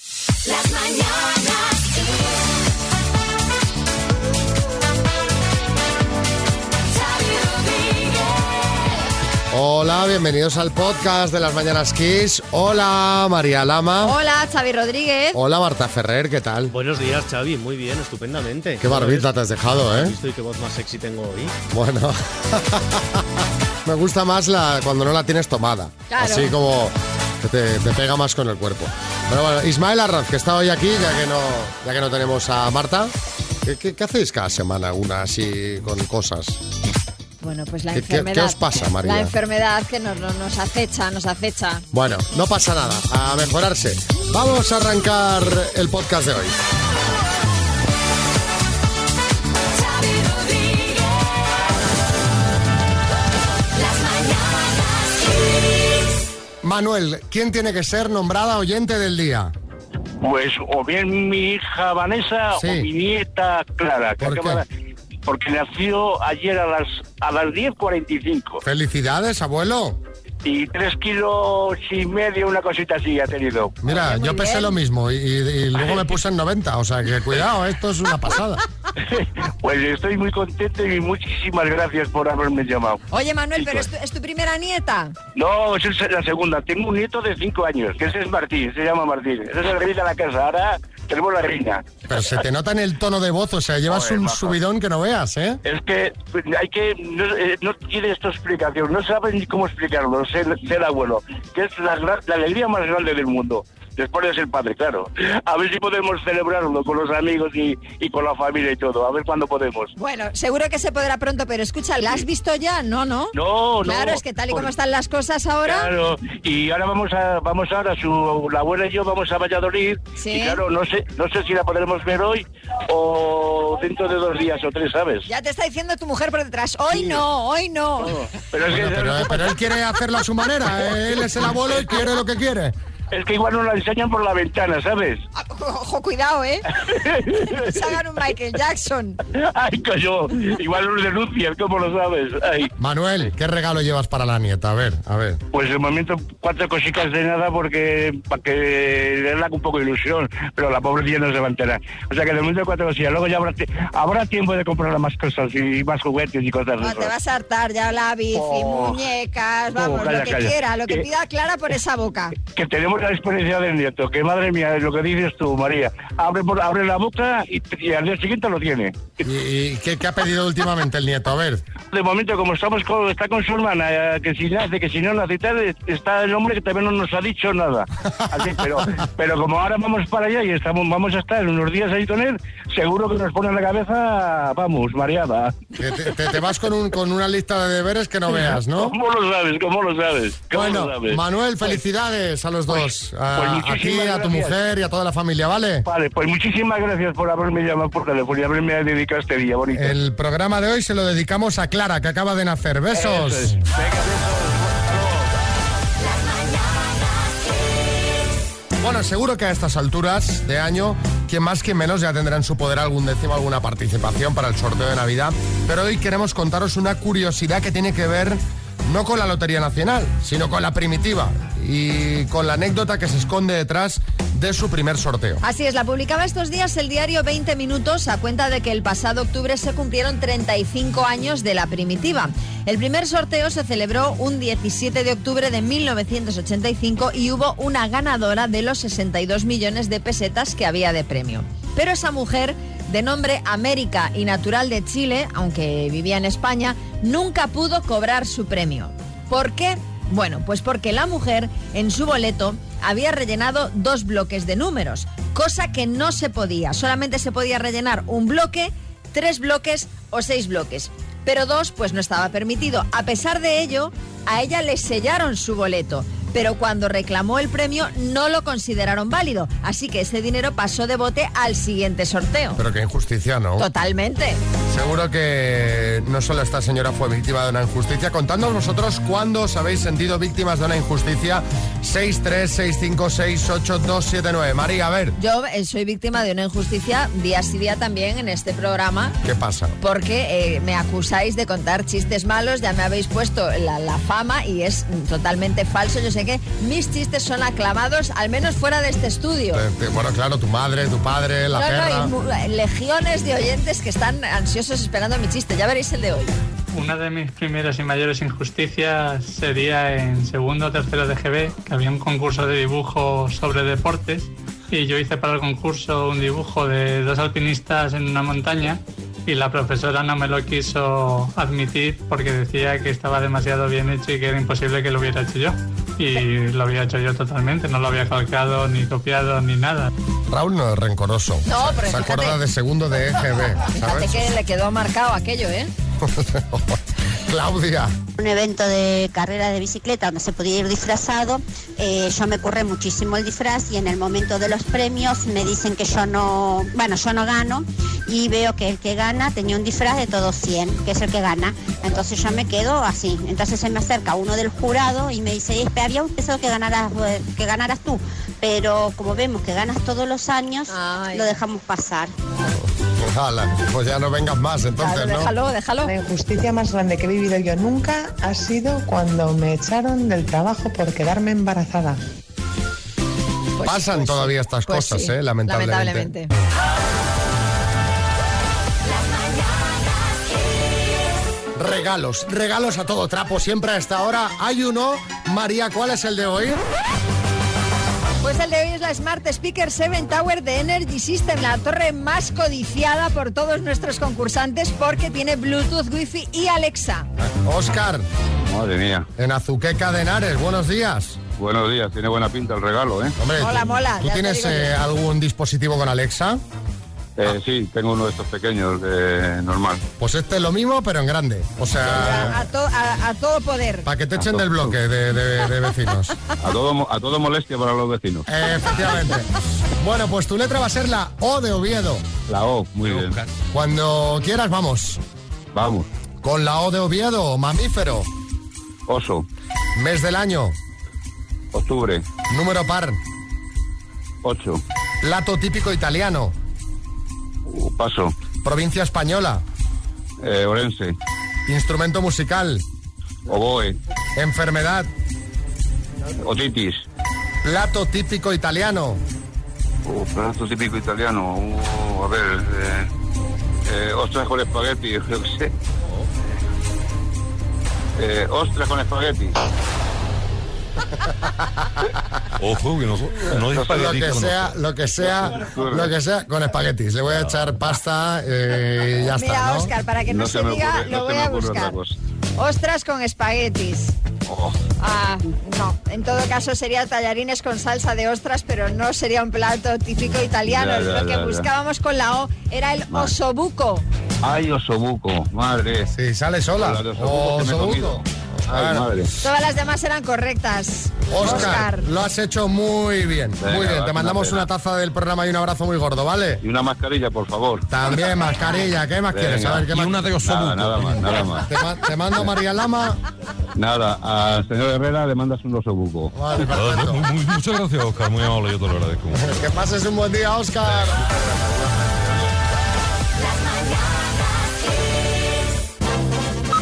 las mañanas Kiss. Xavi Rodríguez. Hola, bienvenidos al podcast de las Mañanas Kiss. Hola, María Lama. Hola, Xavi Rodríguez. Hola, Marta Ferrer, ¿qué tal? Buenos días, Xavi. Muy bien, estupendamente. Qué barbita te has dejado, ¿Has ¿eh? visto y qué voz más sexy tengo hoy? Bueno. Me gusta más la, cuando no la tienes tomada. Claro. Así como que te, te pega más con el cuerpo. Pero bueno, Ismael Arranz, que está hoy aquí, ya que no, ya que no tenemos a Marta. ¿Qué, qué- qué hacéis cada semana una así con cosas? Bueno, pues la ¿Qué- qué- enfermedad. qué os pasa, María? La enfermedad que nos, nos- nos acecha, nos acecha. Bueno, no pasa nada, a mejorarse. Vamos a arrancar el podcast de hoy. Xavi Rodríguez. Las mañanas Kiss. Manuel, ¿quién tiene que ser nombrada oyente del día? Pues o bien mi hija Vanessa Sí. o mi nieta Clara. que ¿Por qué? acaba de- Porque nació ayer a las a las 10.45 Felicidades, abuelo. y tres kilos y medio, una cosita así ha tenido. Mira, yo pesé lo mismo y, y- y luego me puse en 90, o sea que cuidado, esto es una pasada. Pues estoy muy contento y muchísimas gracias por haberme llamado. Oye, Manuel, Sí, pero es tu, claro. es tu primera nieta. No, esa es la segunda. Tengo un nieto de cinco años, que ese es Martín, se llama Martín. Ese es el rey de la casa, ahora tenemos la reina. Pero se te nota en el tono de voz, o sea, llevas Joder, un majo. subidón que no veas, ¿eh? Es que hay que. No, eh, no tiene esto explicación, no saben ni cómo explicarlo, ser, ser abuelo, que es la, gra- la alegría más grande del mundo. Después de ser padre, claro. A ver si podemos celebrarlo con los amigos y, y con la familia y todo, a ver cuándo podemos. Bueno, seguro que se podrá pronto, pero escucha, ¿la has visto ya? No, no. No, no. Claro, es que tal y como Por- están las cosas ahora. Claro, y ahora vamos a, vamos ahora, su, la abuela y yo vamos a Valladolid, Sí. y claro, no sé, no sé si la podremos ver hoy o dentro de dos días o tres, ¿sabes? Ya te está diciendo tu mujer por detrás. Hoy no, hoy no. Pero es que, Bueno, pero, pero él quiere hacerlo a su manera, ¿eh? él es el abuelo y quiere lo que quiere. es que igual nos la enseñan por la ventana, ¿sabes? Ah, Ojo, cuidado, ¿eh? Que nos hagan un Michael Jackson. Ay, coño, igual luz de Lucias, ¿cómo lo sabes? Ay. Manuel, ¿qué regalo llevas para la nieta? A ver, a ver. Pues de momento cuatro cositas de nada porque para que le haga un poco de ilusión, pero la pobre tía no se va a enterar. O sea que de momento cuatro cosillas, luego ya habrá, ti- habrá tiempo de comprar más cosas y más juguetes y cosas de No, Ah, te esas. vas a hartar ya la bici, Oh. muñecas, Oh, vamos, lo calla, que calla. quiera, lo que ¿Qué? pida Clara por esa boca. Que tenemos la experiencia del nieto, que madre mía, lo que dices tú, María, abre, por- abre la boca y, y al día siguiente lo tiene. ¿Y, y qué, qué ha pedido últimamente el nieto? A ver. De momento, como estamos con, está con su hermana, eh, que si nace, que si no nace y tal, está el hombre que también no nos ha dicho nada. Así, pero, pero como ahora vamos para allá y estamos, vamos a estar unos días ahí con él, seguro que nos pone la cabeza, vamos, mareada. que Te, te- te vas con, un, con una lista de deberes que no veas, ¿no? ¿Cómo lo sabes? ¿Cómo lo sabes? ¿Cómo Bueno, lo sabes? Manuel, felicidades a los dos. a, a Pues, ti, muchísimas a tu gracias. mujer y a toda la familia, ¿vale? Vale, pues muchísimas gracias por haberme llamado por teléfono y haberme dedicado este día bonito. El programa de hoy se lo dedicamos a Clara, que acaba de nacer. Eso Besos. es. Venga, Ah, besos. Las mañanas Kiss. Bueno, seguro que a estas alturas de año, quien más que menos ya tendrá en su poder algún décimo, alguna participación para el sorteo de Navidad. Pero hoy queremos contaros una curiosidad que tiene que ver no con la Lotería Nacional, sino con la primitiva y con la anécdota que se esconde detrás de su primer sorteo. Así es, la publicaba estos días el diario 20 Minutos a cuenta de que el pasado octubre se cumplieron 35 años de la primitiva. El primer sorteo se celebró un 17 de octubre de 1985 y hubo una ganadora de los 62 millones de pesetas que había de premio. Pero esa mujer, de nombre América y natural de Chile, aunque vivía en España, nunca pudo cobrar su premio. ¿Por qué? Bueno, pues porque la mujer en su boleto había rellenado dos bloques de números, cosa que no se podía. Solamente se podía rellenar un bloque, tres bloques o seis bloques. Pero dos, pues no estaba permitido. A pesar de ello, a ella le sellaron su boleto. Pero cuando reclamó el premio no lo consideraron válido. Así que ese dinero pasó de bote al siguiente sorteo. Pero qué injusticia, ¿no? Totalmente. Seguro que no solo esta señora fue víctima de una injusticia. Contadnos vosotros cuándo os habéis sentido víctimas de una injusticia. 636568279. María, a ver, Yo eh, soy víctima de una injusticia día sí día también en este programa. ¿qué pasa? Porque eh, me acusáis de contar chistes malos, ya me habéis puesto la, la fama y es mm, totalmente falso. Yo sé que mis chistes son aclamados, al menos fuera de este estudio. Eh, te- Bueno, claro, tu madre, tu padre, la No, no, perra. hay mu- eh, legiones de oyentes que están ansiosos esperando mi chiste. Ya veréis el de hoy. Una de mis primeras y mayores injusticias sería en segundo o tercero de GB, que había un concurso de dibujo sobre deportes y yo hice para el concurso un dibujo de dos alpinistas en una montaña y la profesora no me lo quiso admitir porque decía que estaba demasiado bien hecho y que era imposible que lo hubiera hecho yo. Y lo había hecho yo totalmente, no lo había calcado, ni copiado, ni nada. Raúl no es rencoroso. No, Se- pero Se fíjate. acuerda de segundo de EGB, Fíjate ¿sabes? que le quedó marcado aquello, ¿eh? Claudia, un evento de carreras de bicicleta donde se podía ir disfrazado, eh, yo me curré muchísimo el disfraz y en el momento de los premios me dicen que yo no, bueno, yo no gano y veo que el que gana tenía un disfraz de todos 100, que es el que gana. Entonces yo me quedo así. Entonces se me acerca uno del jurado y me dice, "Espe, había pensado que ganaras, eh, que ganaras tú, pero como vemos que ganas todos los años, Ay. lo dejamos pasar. Ala, pues ya no vengas más entonces, Claro, ¿no? déjalo, déjalo. La injusticia más grande que he vivido yo nunca ha sido cuando me echaron del trabajo por quedarme embarazada. Pues- Pasan pues sí. todavía estas Pues cosas, sí, ¿eh? Lamentablemente. Lamentablemente. Regalos, regalos a todo trapo. Siempre a esta hora hay uno. María, ¿cuál es el de hoy? Pues el de hoy es la Smart Speaker 7 Tower de Energy System, la torre más codiciada por todos nuestros concursantes porque tiene Bluetooth, Wi-Fi y Alexa. Oscar, Madre mía. en Azuqueca de Henares, buenos días. Buenos días. Tiene buena pinta el regalo, ¿eh? Hombre, Mola, ¿tú- mola, ¿tú ya te tienes digo yo. eh, algún dispositivo con Alexa? Eh, Sí, tengo uno de estos pequeños, de normal. Pues este es lo mismo, pero en grande. O sea, Ah. A, a to- a- a todo poder. para que te echen del bloque de, de- de vecinos. A todo, mo- a todo molestia para los vecinos. Eh, efectivamente. Bueno, pues tu letra va a ser la O de Oviedo. La O, muy bien. Cuando quieras, vamos. Vamos. Con la O de Oviedo, mamífero, Oso, mes del año, octubre, número par, 8, plato típico italiano, paso, provincia española, eh, Orense, instrumento musical, Oboe, enfermedad, Otitis, plato típico italiano, uh, plato típico italiano, uh, a ver, eh, eh, ostras con espagueti, yo qué sé. Eh, ostras con espagueti. Ojo, que no, no Lo lo espagueti que con sea, lo que sea, lo que sea, con espaguetis. Le voy Ah. a echar pasta eh, y ya Mira, está, ¿no? Oscar, para que no, No se, se me diga, ocurre- lo no se voy me a ocurre buscar. otra cosa. Ostras con espaguetis. Oh, Ah, no. En todo caso sería tallarines con salsa de ostras, pero no sería un plato típico italiano. Ya, ya, lo que ya, ya. buscábamos con la O era el Vale. osobuco. ay, osobuco, madre. Sí, sale sola. Hola, los O osobucos que me he osobuco. comido. Ay, Oh, Claro. madre. Todas las demás eran correctas. Oscar, lo has hecho muy bien. Venga, Muy bien, va, te mandamos una una pena. taza del programa y un abrazo muy gordo, ¿vale? Y una mascarilla, por favor. También mascarilla, ¿qué más quieres? Venga. A ver, ¿qué Y más? una de osobuco. Nada, nada más, nada más. Te, ma- te mando María Lama. Nada, al señor Herrera le mandas un osobuco. Vale, perfecto. Muy- muy- muchas gracias, Oscar. Muy amable, yo te lo agradezco. Que pases un buen día, Oscar.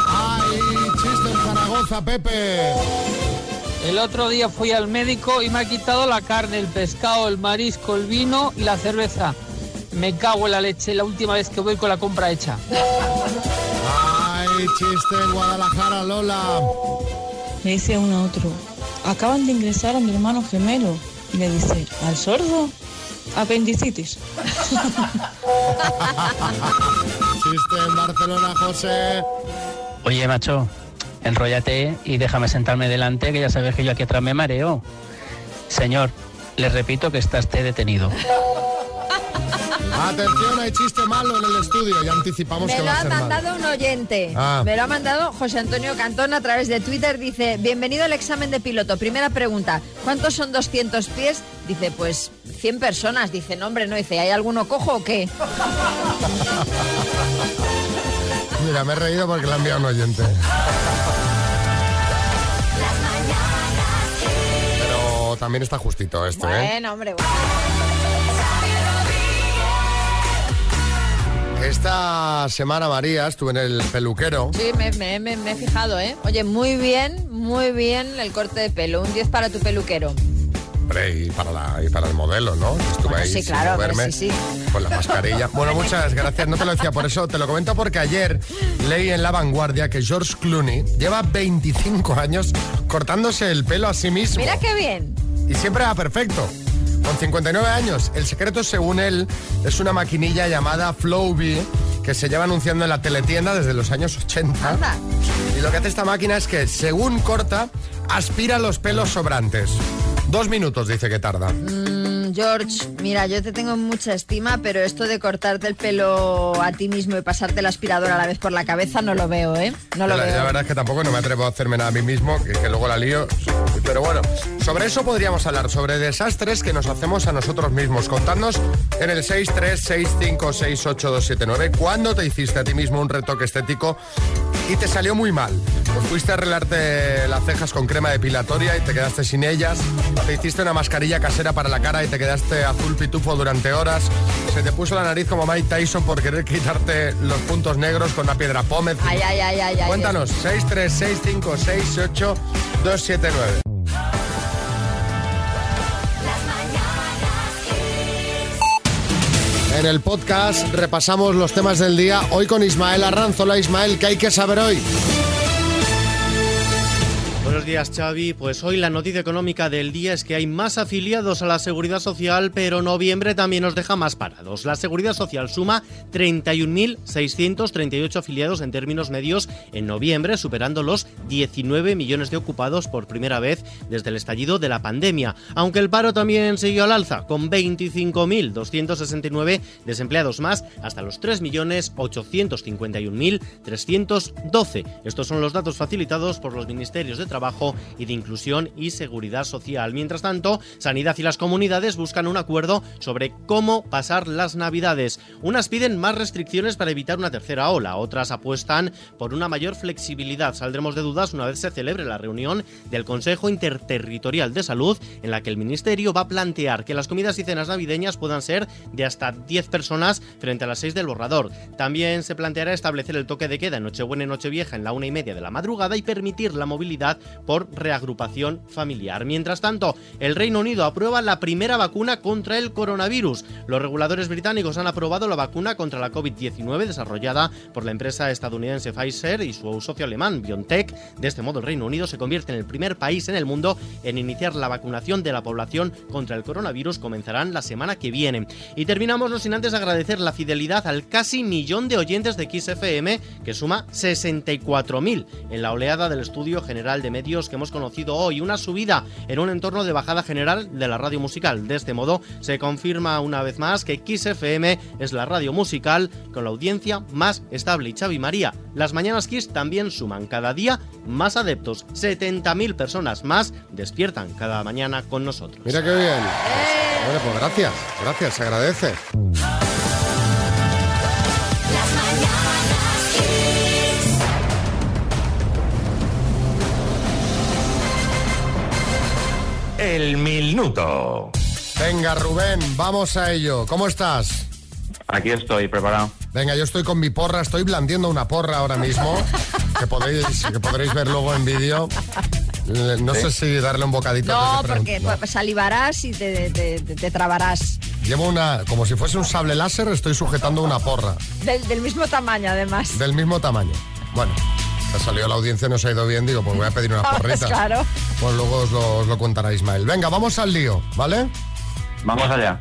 ¡Ay, chiste en Zaragoza, Pepe! El otro día fui al médico y me ha quitado la carne, el pescado, el marisco, el vino y la cerveza. Me cago en la leche la última vez que voy con la compra hecha. ¡Ay, chiste en Guadalajara, Lola! Le dice uno a otro, acaban de ingresar a mi hermano gemelo. Y le dice, ¿al sordo? Apendicitis. Chiste en Barcelona, José. Oye, macho, enrollate y déjame sentarme delante, que ya sabes que yo aquí atrás me mareo. Señor, les repito que está usted detenido. Atención, hay chiste malo en el estudio. Ya anticipamos Me que lo va a ha ser malo. mandado un oyente. Ah. Me lo ha mandado José Antonio Cantón a través de Twitter. Dice, bienvenido al examen de piloto. Primera pregunta, ¿cuántos son 200 pies? Dice, pues 100 personas. Dice, no, hombre, no. Dice, ¿hay alguno cojo o qué? Mira, me he reído porque la ha enviado un oyente. Pero también está justito este, ¿eh? Bueno, hombre, bueno. Esta semana, María, estuve en el peluquero. Sí, me, me- me- me he fijado, ¿eh? Oye, muy bien, muy bien el corte de pelo. Un 10 para tu peluquero. Hombre, y para, la, y para el modelo, ¿no? Estuve Bueno, ahí sí, sin claro, hombre, moverme, sí, sí. Con la mascarilla. Bueno, muchas gracias. No te lo decía por eso, te lo comento porque ayer leí en La Vanguardia que George Clooney lleva 25 años cortándose el pelo a sí mismo. Mira qué bien. Y siempre va perfecto. Con 59 años, el secreto, según él, es una maquinilla llamada Flowbee que se lleva anunciando en la teletienda desde los años 80. Y lo que hace esta máquina es que, según corta, aspira los pelos sobrantes. Dos minutos dice que tarda. Mm, George, mira, yo te tengo mucha estima, pero esto de cortarte el pelo a ti mismo y pasarte la aspiradora a la vez por la cabeza no lo veo, ¿eh? No lo la, la veo. verdad es que tampoco no me atrevo a hacerme nada a mí mismo, que, que luego la lío. Pero bueno, sobre eso podríamos hablar, sobre desastres que nos hacemos a nosotros mismos. Contadnos en el 636568279 cuándo te hiciste a ti mismo un retoque estético y te salió muy mal. Pues fuiste a arreglarte las cejas con crema depilatoria y te quedaste sin ellas. Te hiciste una mascarilla casera para la cara y te quedaste azul pitufo durante horas. Se te puso la nariz como Mike Tyson por querer quitarte los puntos negros con una piedra pómez. Ay, ay, ay, ay, ay. Cuéntanos, 636568279. En el podcast repasamos los temas del día. Hoy con Ismael Arranzola. Ismael, ¿qué hay que saber hoy? Buenos días, Xavi. Pues hoy la noticia económica del día es que hay más afiliados a la Seguridad Social, pero noviembre también nos deja más parados. La Seguridad Social suma 31.638 afiliados en términos medios en noviembre, superando los 19 millones de ocupados por primera vez desde el estallido de la pandemia. Aunque el paro también siguió al alza, con 25.269 desempleados más hasta los 3.851.312. Estos son los datos facilitados por los ministerios de Trabajo y de Inclusión y Seguridad Social. Mientras tanto, Sanidad y las comunidades buscan un acuerdo sobre cómo pasar las Navidades. Unas piden más restricciones para evitar una tercera ola, otras apuestan por una mayor flexibilidad. Saldremos de dudas una vez se celebre la reunión del Consejo Interterritorial de Salud, en la que el Ministerio va a plantear que las comidas y cenas navideñas puedan ser de hasta 10 personas frente a las 6 del borrador. También se planteará establecer el toque de queda en Nochebuena y Nochevieja en la una y media de la madrugada y permitir la movilidad por reagrupación familiar. Mientras tanto, el Reino Unido aprueba la primera vacuna contra el coronavirus. Los reguladores británicos han aprobado la vacuna contra la COVID-19 desarrollada por la empresa estadounidense Pfizer y su socio alemán BioNTech. De este modo, el Reino Unido se convierte en el primer país en el mundo en iniciar la vacunación de la población contra el coronavirus. Comenzarán la semana que viene. Y terminamos no sin antes agradecer la fidelidad al casi millón de oyentes de XFM, que suma 64.000 en la oleada del estudio general de medios que hemos conocido hoy. Una subida en un entorno de bajada general de la radio musical. De este modo, se confirma una vez más que XFM es la radio musical con la audiencia más estable. Y Xavi María, las mañanas Kiss también suman cada día más adeptos. 70.000 personas más despiertan cada mañana con nosotros. Mira qué bien. Bueno, pues gracias, gracias, se agradece. El minuto. Venga, Rubén, vamos a ello. ¿Cómo estás? Aquí estoy, preparado. Venga, yo estoy con mi porra, estoy blandiendo una porra ahora mismo, que podéis, que podréis ver luego en vídeo. Le- No Sí. sé si darle un bocadito. No, antes de porque preguntar. pues, salivarás y te, te- te- te trabarás. Llevo una, como si fuese un sable láser, estoy sujetando una porra, Del, del mismo tamaño, además. del mismo tamaño. Bueno, ha salido la audiencia, nos ha ido bien, digo, pues voy a pedir una Pues porrita. claro. Pues luego os lo, os lo contará Ismael. Venga, vamos al lío, ¿vale? Vamos allá.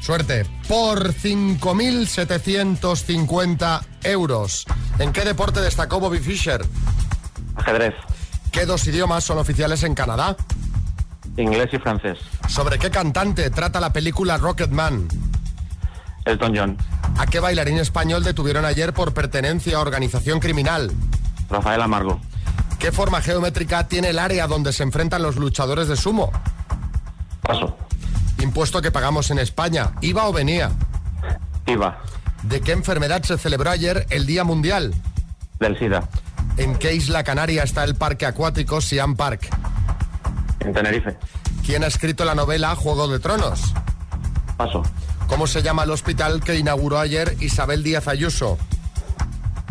Suerte. Por 5.750 euros. ¿En qué deporte destacó Bobby Fischer? Ajedrez, ¿Qué dos idiomas son oficiales en Canadá? inglés y francés. ¿Sobre qué cantante trata la película Rocketman? Elton John, ¿A qué bailarín español detuvieron ayer por pertenencia a organización criminal? Rafael Amargo, ¿Qué forma geométrica tiene el área donde se enfrentan los luchadores de sumo? paso, Impuesto que pagamos en España, IVA o venía. IVA, ¿De qué enfermedad se celebró ayer el Día Mundial? Del SIDA. ¿En qué isla canaria está el parque acuático Siam Park? En Tenerife. ¿Quién ha escrito la novela Juego de Tronos? Paso. ¿Cómo se llama el hospital que inauguró ayer Isabel Díaz Ayuso?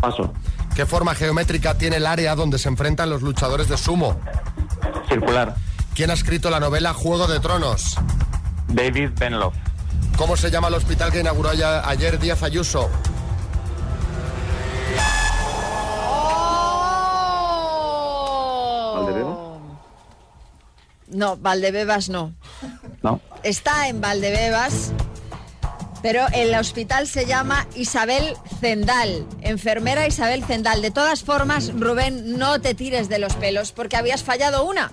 Paso. ¿Qué forma geométrica tiene el área donde se enfrentan los luchadores de sumo? Circular. ¿Quién ha escrito la novela Juego de Tronos? David Benloff. ¿Cómo se llama el hospital que inauguró ya- ayer Díaz Ayuso? No, Valdebebas no. No. Está en Valdebebas, pero el hospital se llama Isabel Zendal, enfermera Isabel Zendal. De todas formas, Rubén, no te tires de los pelos porque habías fallado una.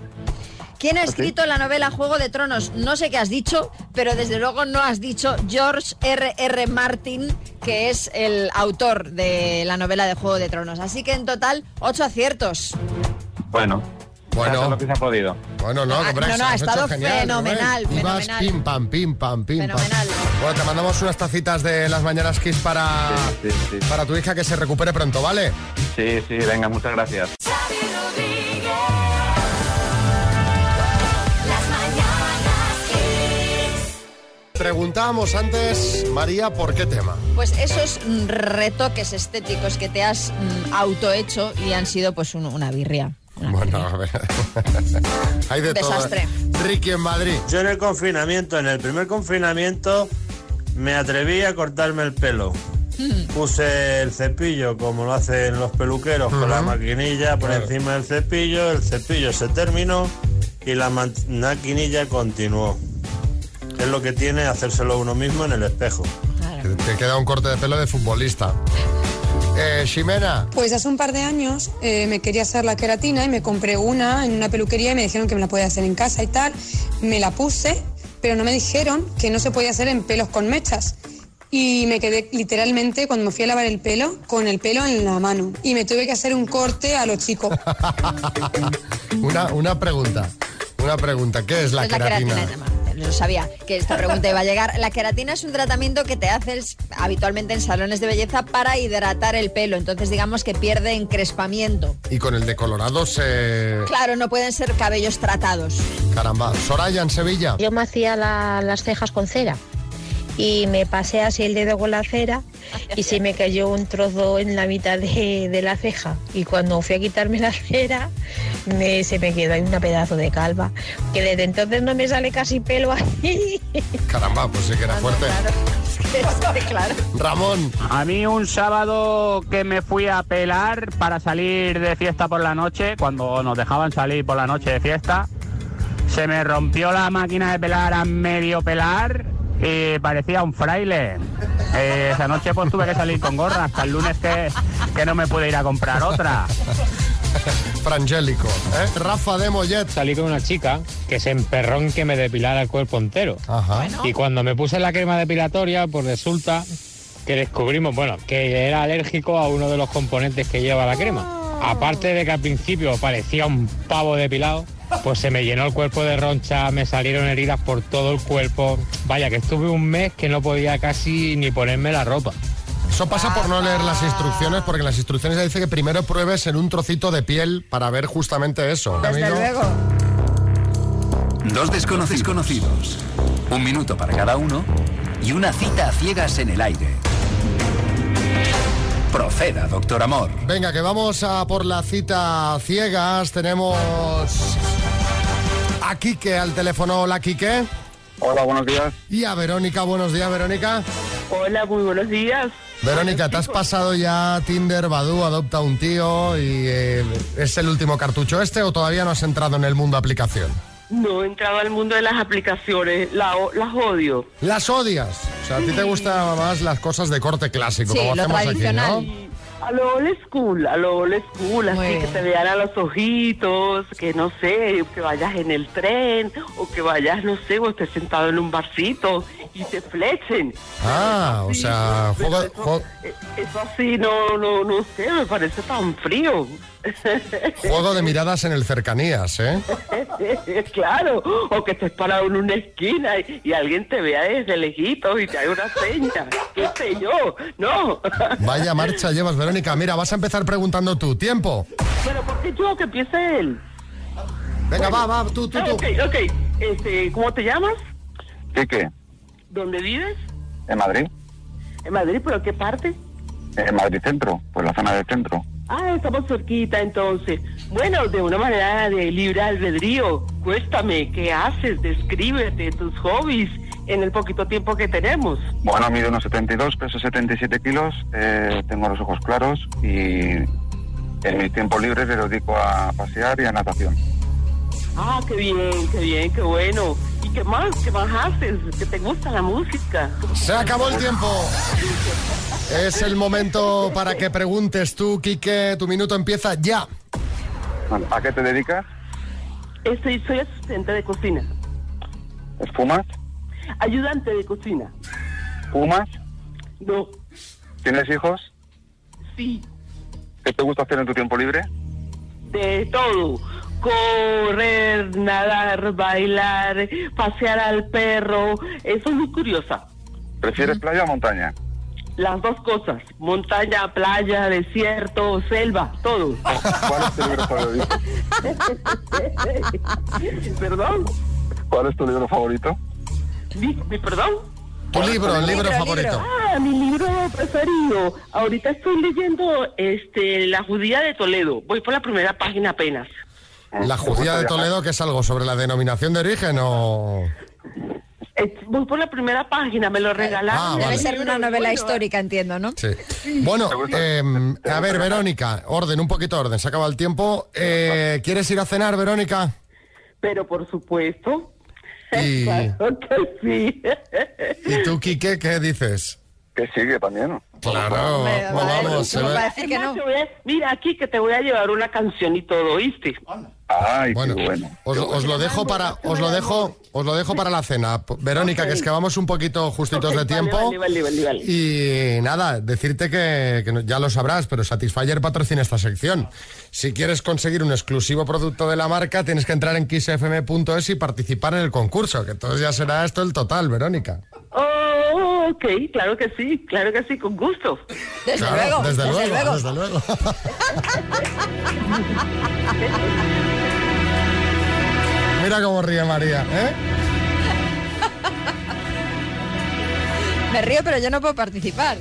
¿Quién ha escrito la novela Juego de Tronos? No sé qué has dicho, pero desde luego no has dicho George R. R. Martin, que es el autor de la novela de Juego de Tronos. Así que en total, ocho aciertos. Bueno. Bueno. lo que se ha podido. Bueno, no, Ah, hombre, no, se no, lo ha has estado hecho genial, fenomenal, Rubén. Ibas fenomenal. pim, pam, pim, pam, pim, Fenomenal. pam. Bueno, te mandamos unas tacitas de las mañanas Kiss para, para tu hija que se recupere pronto, ¿vale? Sí, sí, venga, muchas gracias. Preguntábamos antes, María, ¿por qué tema? Pues esos mm, retoques estéticos que te has mm, autohecho y han sido pues un- una birria. Bueno, a ver. Hay de todo. ¿eh? Desastre. Ricky en Madrid. Yo en el confinamiento, en el primer confinamiento, me atreví a cortarme el pelo. Hmm. Puse el cepillo, como lo hacen los peluqueros, con la maquinilla por encima del cepillo, el cepillo se terminó y la man- maquinilla continuó. Es lo que tiene hacérselo uno mismo en el espejo. Te- Te queda un corte de pelo de futbolista. Eh, Ximena. Pues hace un par de años eh, me quería hacer la queratina y me compré una en una peluquería y me dijeron que me la podía hacer en casa y tal. Me la puse, pero no me dijeron que no se podía hacer en pelos con mechas. Y me quedé literalmente cuando me fui a lavar el pelo con el pelo en la mano. Y me tuve que hacer un corte a lo chico. Una, una pregunta. Una pregunta. ¿Qué es Pues la Es queratina? de Mar- Lo sabía que esta pregunta iba a llegar. La queratina es un tratamiento que te haces habitualmente en salones de belleza para hidratar el pelo. Entonces digamos que pierde encrespamiento. Y con el de Colorado se... Claro, no pueden ser cabellos tratados. Caramba. Soraya en Sevilla. Yo me hacía la- las cejas con cera y me pasé así el dedo con la cera y se me cayó un trozo en la mitad de, de la ceja. Y cuando fui a quitarme la cera, me- se me quedó ahí una pedazo de calva. Que desde entonces no me sale casi pelo ahí. Caramba, pues sí que era fuerte. claro. Ramón. A mí un sábado que me fui a pelar para salir de fiesta por la noche, cuando nos dejaban salir por la noche de fiesta, se me rompió la máquina de pelar a medio pelar y parecía un fraile. Eh, esa noche pues tuve que salir con gorra hasta el lunes que, que no me pude ir a comprar otra. Frangélico. ¿eh? Rafa de Mollet. Salí con una chica que se emperrón que me depilara el cuerpo entero. Y cuando me puse la crema depilatoria, pues resulta que descubrimos, bueno, que era alérgico a uno de los componentes que lleva la crema. Aparte de que al principio parecía un pavo depilado, pues se me llenó el cuerpo de roncha, me salieron heridas por todo el cuerpo. Vaya, que estuve un mes que no podía casi ni ponerme la ropa. Eso pasa por no leer las instrucciones, porque en las instrucciones ya dice que primero pruebes en un trocito de piel para ver justamente eso. Desde Camino. luego. Dos desconocidos conocidos. Un minuto para cada uno y una cita a ciegas en el aire. Proceda, doctor Amor. Venga, que vamos a por la cita a ciegas. Tenemos a Quique al teléfono. Hola, Quique. Hola, buenos días. Y a Verónica. Buenos días, Verónica. Hola, muy buenos días. Verónica, te has pasado ya Tinder, Badoo, Adopta un Tío y eh, es el último cartucho este o todavía no has entrado en el mundo aplicación? No he entrado al mundo de las aplicaciones, la o- las odio. ¿Las odias? O sea, a ti te gustan más las cosas de corte clásico, como hacemos aquí, ¿no? A lo old school, a lo old school, así que te vean a los ojitos, que no sé, que vayas en el tren, o que vayas, no sé, o estés sentado en un barcito y te flechen. Ah, o sea, juego, juego- Eso así, no, no, no sé, me parece tan frío. juego de miradas en el cercanías, ¿eh? claro, o que estés parado en una esquina y, y alguien te vea desde lejitos y te haga una seña. ¿Qué sé yo? No. Vaya marcha llevas, Verónica. Mira, vas a empezar preguntando tú. Tiempo. Bueno, ¿por qué yo que empiece él? Venga, Bueno. va, va, tú, tú, Ah, tú. Ok, ok. Este, ¿Cómo te llamas? ¿Qué qué? ¿Dónde vives? ¿En Madrid? ¿En Madrid? ¿Pero qué parte? ¿En Madrid centro? Pues la zona del centro. Ah, estamos cerquita entonces. Bueno, de una manera de libre albedrío, cuéntame, ¿qué haces? Descríbete tus hobbies en el poquito tiempo que tenemos. Bueno, mido unos 72, peso 77 kilos, eh, tengo los ojos claros y en mis tiempos libres le dedico a pasear y a natación. Ah, qué bien, qué bien, qué bueno. ¿Y qué más? ¿Qué más haces? ¿Qué te gusta la música? Se acabó el tiempo. Es el momento para que preguntes tú, Quique. Tu minuto empieza ya. Vale, ¿A qué te dedicas? Estoy, soy asistente de cocina, ¿Fumas? ayudante de cocina. ¿Fumas? No, ¿Tienes hijos? sí, ¿Qué te gusta hacer en tu tiempo libre? de todo. Correr, nadar, bailar, pasear al perro. Eso es muy curiosa. ¿Prefieres playa o montaña? Las dos cosas, montaña, playa, desierto, selva, todo. ¿Cuál es tu libro favorito? ¿Perdón? ¿Cuál es tu libro favorito? ¿Mi, mi perdón? Tu libro, el libro favorito. Ah, mi libro preferido. Ahorita estoy leyendo este La judía de Toledo. Voy por la primera página apenas. La judía de Toledo, que es algo sobre la denominación de origen o... Eh, Voy por la primera página, me lo regalaron. Ah, vale. Debe ser una novela histórica, entiendo, ¿no? Sí. Bueno, em, a ver, Verónica, orden, un poquito de orden. Se acaba el tiempo. Eh, ¿Quieres ir a cenar, Verónica? Pero por supuesto. Y, Claro que sí. ¿y tú, Quique, qué dices? Que sigue también. Claro, pues vamos, se ve- Es más, te voy a- Mira, aquí que te voy a llevar una canción y todo, ¿oíste? Ay, bueno, Os, os lo dejo para, os lo dejo, os lo dejo para la cena, P- Verónica, que es que vamos un poquito justitos Ok, de vale, tiempo. vale, vale, vale, vale. Y nada, decirte que, que no- ya lo sabrás, pero Satisfyer patrocina esta sección. Si quieres conseguir un exclusivo producto de la marca, tienes que entrar en kissfm.es y participar en el concurso, que entonces ya será esto el total, Verónica. Oh, ok, claro que sí, claro que sí, con gusto. Desde Claro, luego, desde desde luego, luego. desde luego. Mira cómo ríe María, ¿eh? Me río, pero yo no puedo participar.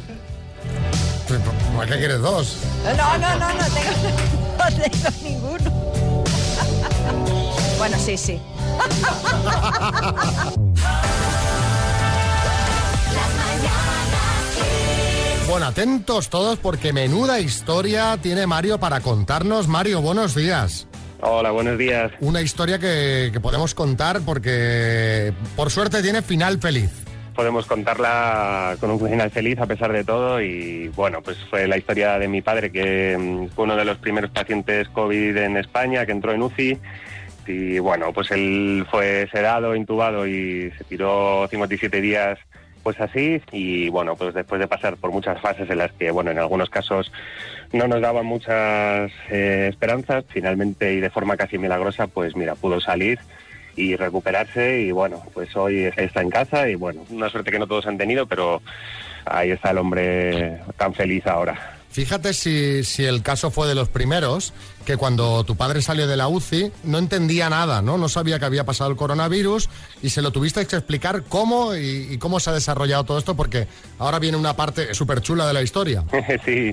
¿Para Pues, qué quieres dos? No, no, no, no tengo, no tengo ninguno. Bueno, sí, sí. Bueno, atentos todos porque menuda historia tiene Mario para contarnos. Mario, buenos días. Hola, buenos días. Una historia que, que podemos contar porque por suerte tiene final feliz. Podemos contarla con un final feliz a pesar de todo y bueno, pues fue la historia de mi padre que mm, fue uno de los primeros pacientes COVID en España que entró en UCI y bueno, pues él fue sedado, intubado y se tiró 57 días pues así y bueno, pues después de pasar por muchas fases en las que bueno, en algunos casos no nos daban muchas eh, esperanzas, finalmente y de forma casi milagrosa pues mira, pudo salir y recuperarse y bueno, pues hoy está en casa y bueno, una suerte que no todos han tenido, pero ahí está el hombre tan feliz ahora. Fíjate si, si el caso fue de los primeros, que cuando tu padre salió de la UCI no entendía nada, ¿no? No sabía que había pasado el coronavirus y se lo tuviste que explicar cómo y, y cómo se ha desarrollado todo esto, porque ahora viene una parte súper chula de la historia. sí,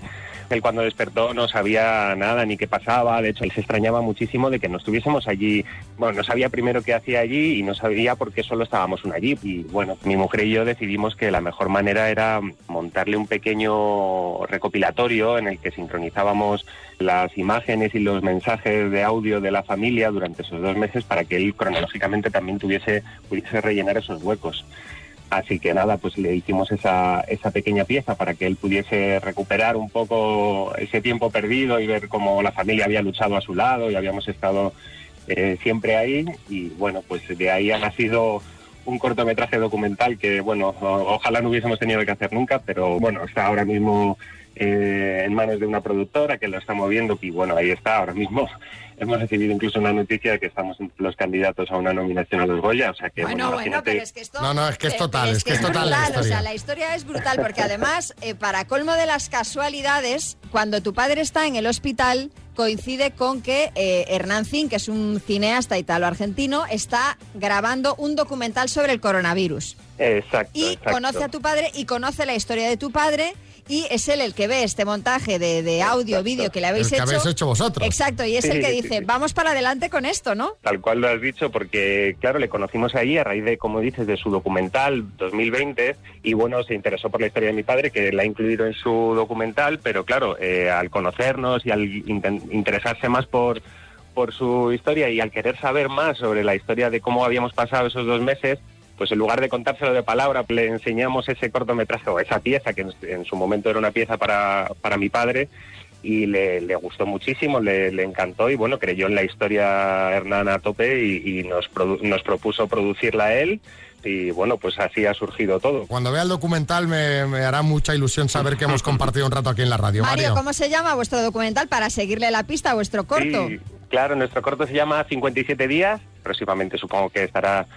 él cuando despertó no sabía nada ni qué pasaba, de hecho él se extrañaba muchísimo de que no estuviésemos allí, bueno, no sabía primero qué hacía allí y no sabía por qué solo estábamos un allí. Y bueno, mi mujer y yo decidimos que la mejor manera era montarle un pequeño recopilatorio en el que sincronizábamos las imágenes y los mensajes de audio de la familia durante esos dos meses para que él cronológicamente también tuviese, pudiese rellenar esos huecos. Así que nada, pues le hicimos esa, esa pequeña pieza para que él pudiese recuperar un poco ese tiempo perdido y ver cómo la familia había luchado a su lado y habíamos estado eh, siempre ahí. Y bueno, pues de ahí ha nacido un cortometraje documental que, bueno, o- ojalá no hubiésemos tenido que hacer nunca, pero bueno, está ahora mismo eh, en manos de una productora que lo está moviendo y bueno, ahí está, ahora mismo hemos recibido incluso una noticia de que estamos entre los candidatos a una nominación a los Goya, o sea que, bueno, Ah, Bueno, bueno, imagínate- pero es que esto... No, no, es que es pero- total, pero es que es total la brutal, o historia. sea, la historia es brutal, porque además, eh, para colmo de las casualidades, cuando tu padre está en el hospital, coincide con que eh, Hernán Zin, que es un cineasta italo-argentino, está grabando un documental sobre el coronavirus. Exacto, Y exacto. conoce a tu padre y conoce la historia de tu padre y es él el que ve este montaje de, de audio, vídeo que le habéis El que hecho. habéis hecho vosotros. Exacto, y es el Sí, que sí, dice, sí. vamos para adelante con esto, ¿no? Tal cual lo has dicho, porque claro, le conocimos ahí a raíz de, como dices, de su documental 2020 y bueno, se interesó por la historia de mi padre, que la ha incluido en su documental, pero claro, eh, al conocernos y al inten- interesarse más por, por su historia y al querer saber más sobre la historia de cómo habíamos pasado esos dos meses, pues en lugar de contárselo de palabra, le enseñamos ese cortometraje o esa pieza, que en, en su momento era una pieza para, para mi padre, y le, le gustó muchísimo, le, le encantó y bueno, creyó en la historia Hernán a tope y, y nos, produ- nos propuso producirla él y bueno, pues así ha surgido todo. Cuando vea el documental me, me hará mucha ilusión saber que hemos compartido un rato aquí en la radio. Mario, Mario, ¿cómo se llama vuestro documental para seguirle la pista a vuestro corto? Sí, claro, nuestro corto se llama 57 días, próximamente supongo que estará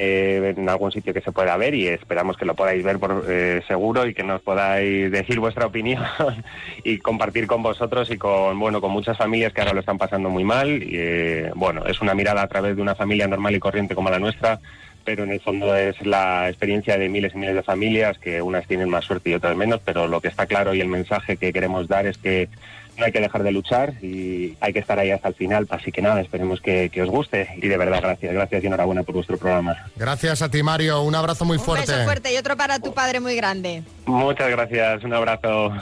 eh, en algún sitio que se pueda ver y esperamos que lo podáis ver por eh, seguro y que nos podáis decir vuestra opinión y compartir con vosotros y con bueno con muchas familias que ahora lo están pasando muy mal y, eh, bueno es una mirada a través de una familia normal y corriente como la nuestra pero en el fondo es la experiencia de miles y miles de familias que unas tienen más suerte y otras menos pero lo que está claro y el mensaje que queremos dar es que no hay que dejar de luchar y hay que estar ahí hasta el final así que nada esperemos que, que os guste y de verdad gracias gracias y enhorabuena por vuestro programa gracias a ti Mario, un abrazo muy Un beso fuerte y otro para Oh. tu padre muy grande. muchas gracias un abrazo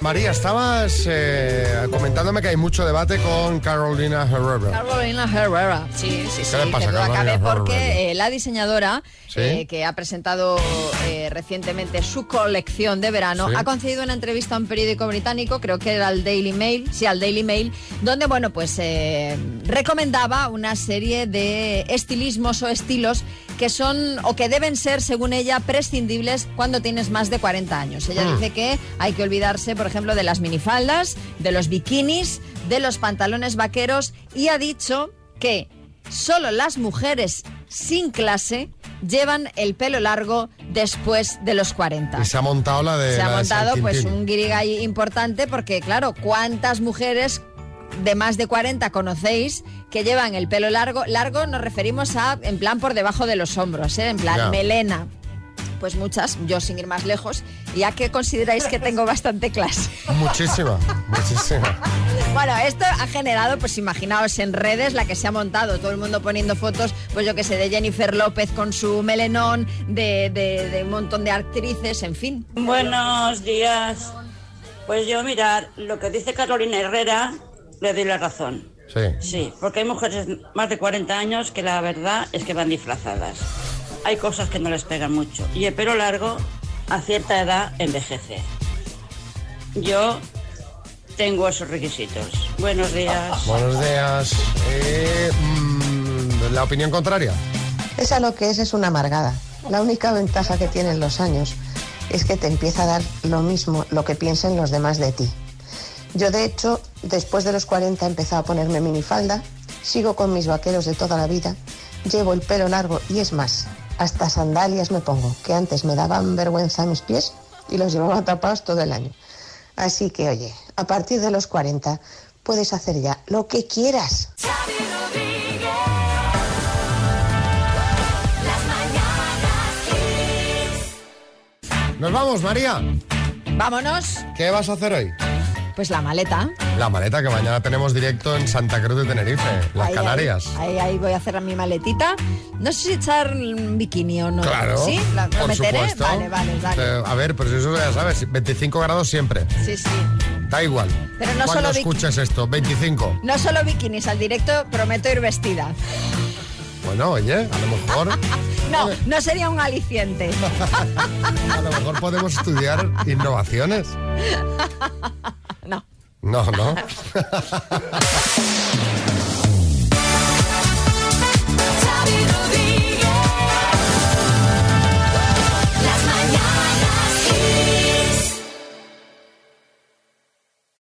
María, estabas eh, comentándome que hay mucho debate con Carolina Herrera. Carolina Herrera. Sí, sí, ¿Qué sí. le pasa, que duda Carolina cabe Herrera? porque eh, la diseñadora Sí. eh, que ha presentado eh, recientemente su colección de verano Sí. ha concedido una entrevista a un periódico británico, creo que era el Daily Mail, sí, al Daily Mail, donde, bueno, pues eh, recomendaba una serie de estilismos o estilos que son o que deben ser, según ella, prescindibles cuando tienes más de 40 años. Ella Mm. dice que hay que olvidarse, por ejemplo, de las minifaldas, de los bikinis, de los pantalones vaqueros y ha dicho que solo las mujeres sin clase llevan el pelo largo después de los 40. Y se ha montado la de Se ha Eh, la de San montado pues Quintín. un guirigay importante porque claro, cuántas mujeres de más de 40 conocéis que llevan el pelo largo, largo nos referimos a en plan por debajo de los hombros, ¿eh? en plan Ya. melena. Pues muchas, yo sin ir más lejos, ya que consideráis que tengo bastante clase. Muchísima, muchísima. Bueno, esto ha generado, pues imaginaos en redes la que se ha montado, todo el mundo poniendo fotos, pues yo que sé, de Jennifer López con su melenón, de, de- de un montón de actrices, en fin. Buenos días. Pues yo, mirar, lo que dice Carolina Herrera, le doy la razón. Sí. Sí, porque hay mujeres más de 40 años que la verdad es que van disfrazadas. Hay cosas que no les pegan mucho. Y el pelo largo, a cierta edad, envejece. Yo tengo esos requisitos. Buenos días. Buenos días. Eh, mm, la opinión contraria. Esa lo que es es una amargada. La única ventaja que tienen los años es que te empieza a dar lo mismo lo que piensen los demás de ti. Yo de hecho, después de los 40 he empezado a ponerme minifalda, sigo con mis vaqueros de toda la vida, llevo el pelo largo y es más, hasta sandalias me pongo, que antes me daban vergüenza mis pies y los llevaba tapados todo el año. Así que oye, a partir de los 40 puedes hacer ya lo que quieras. Nos vamos, María. Vámonos. ¿Qué vas a hacer hoy? Pues la maleta. La maleta que mañana tenemos directo en Santa Cruz de Tenerife, las Ahí, Canarias. Ahí, ahí, ahí voy a cerrar mi maletita. No sé si echar un bikini o no. Claro, ¿Sí? ¿La, la por meteré? supuesto. Vale, vale, vale. Eh, a ver, pues eso ya sabes, 25 grados siempre. Sí, sí. Da igual. Pero no Cuando solo bic- escuches esto, 25. No solo bikinis, al directo prometo ir vestida. Bueno, oye, a lo mejor, No, no sería un aliciente. a lo mejor podemos estudiar innovaciones. No. No. No, no.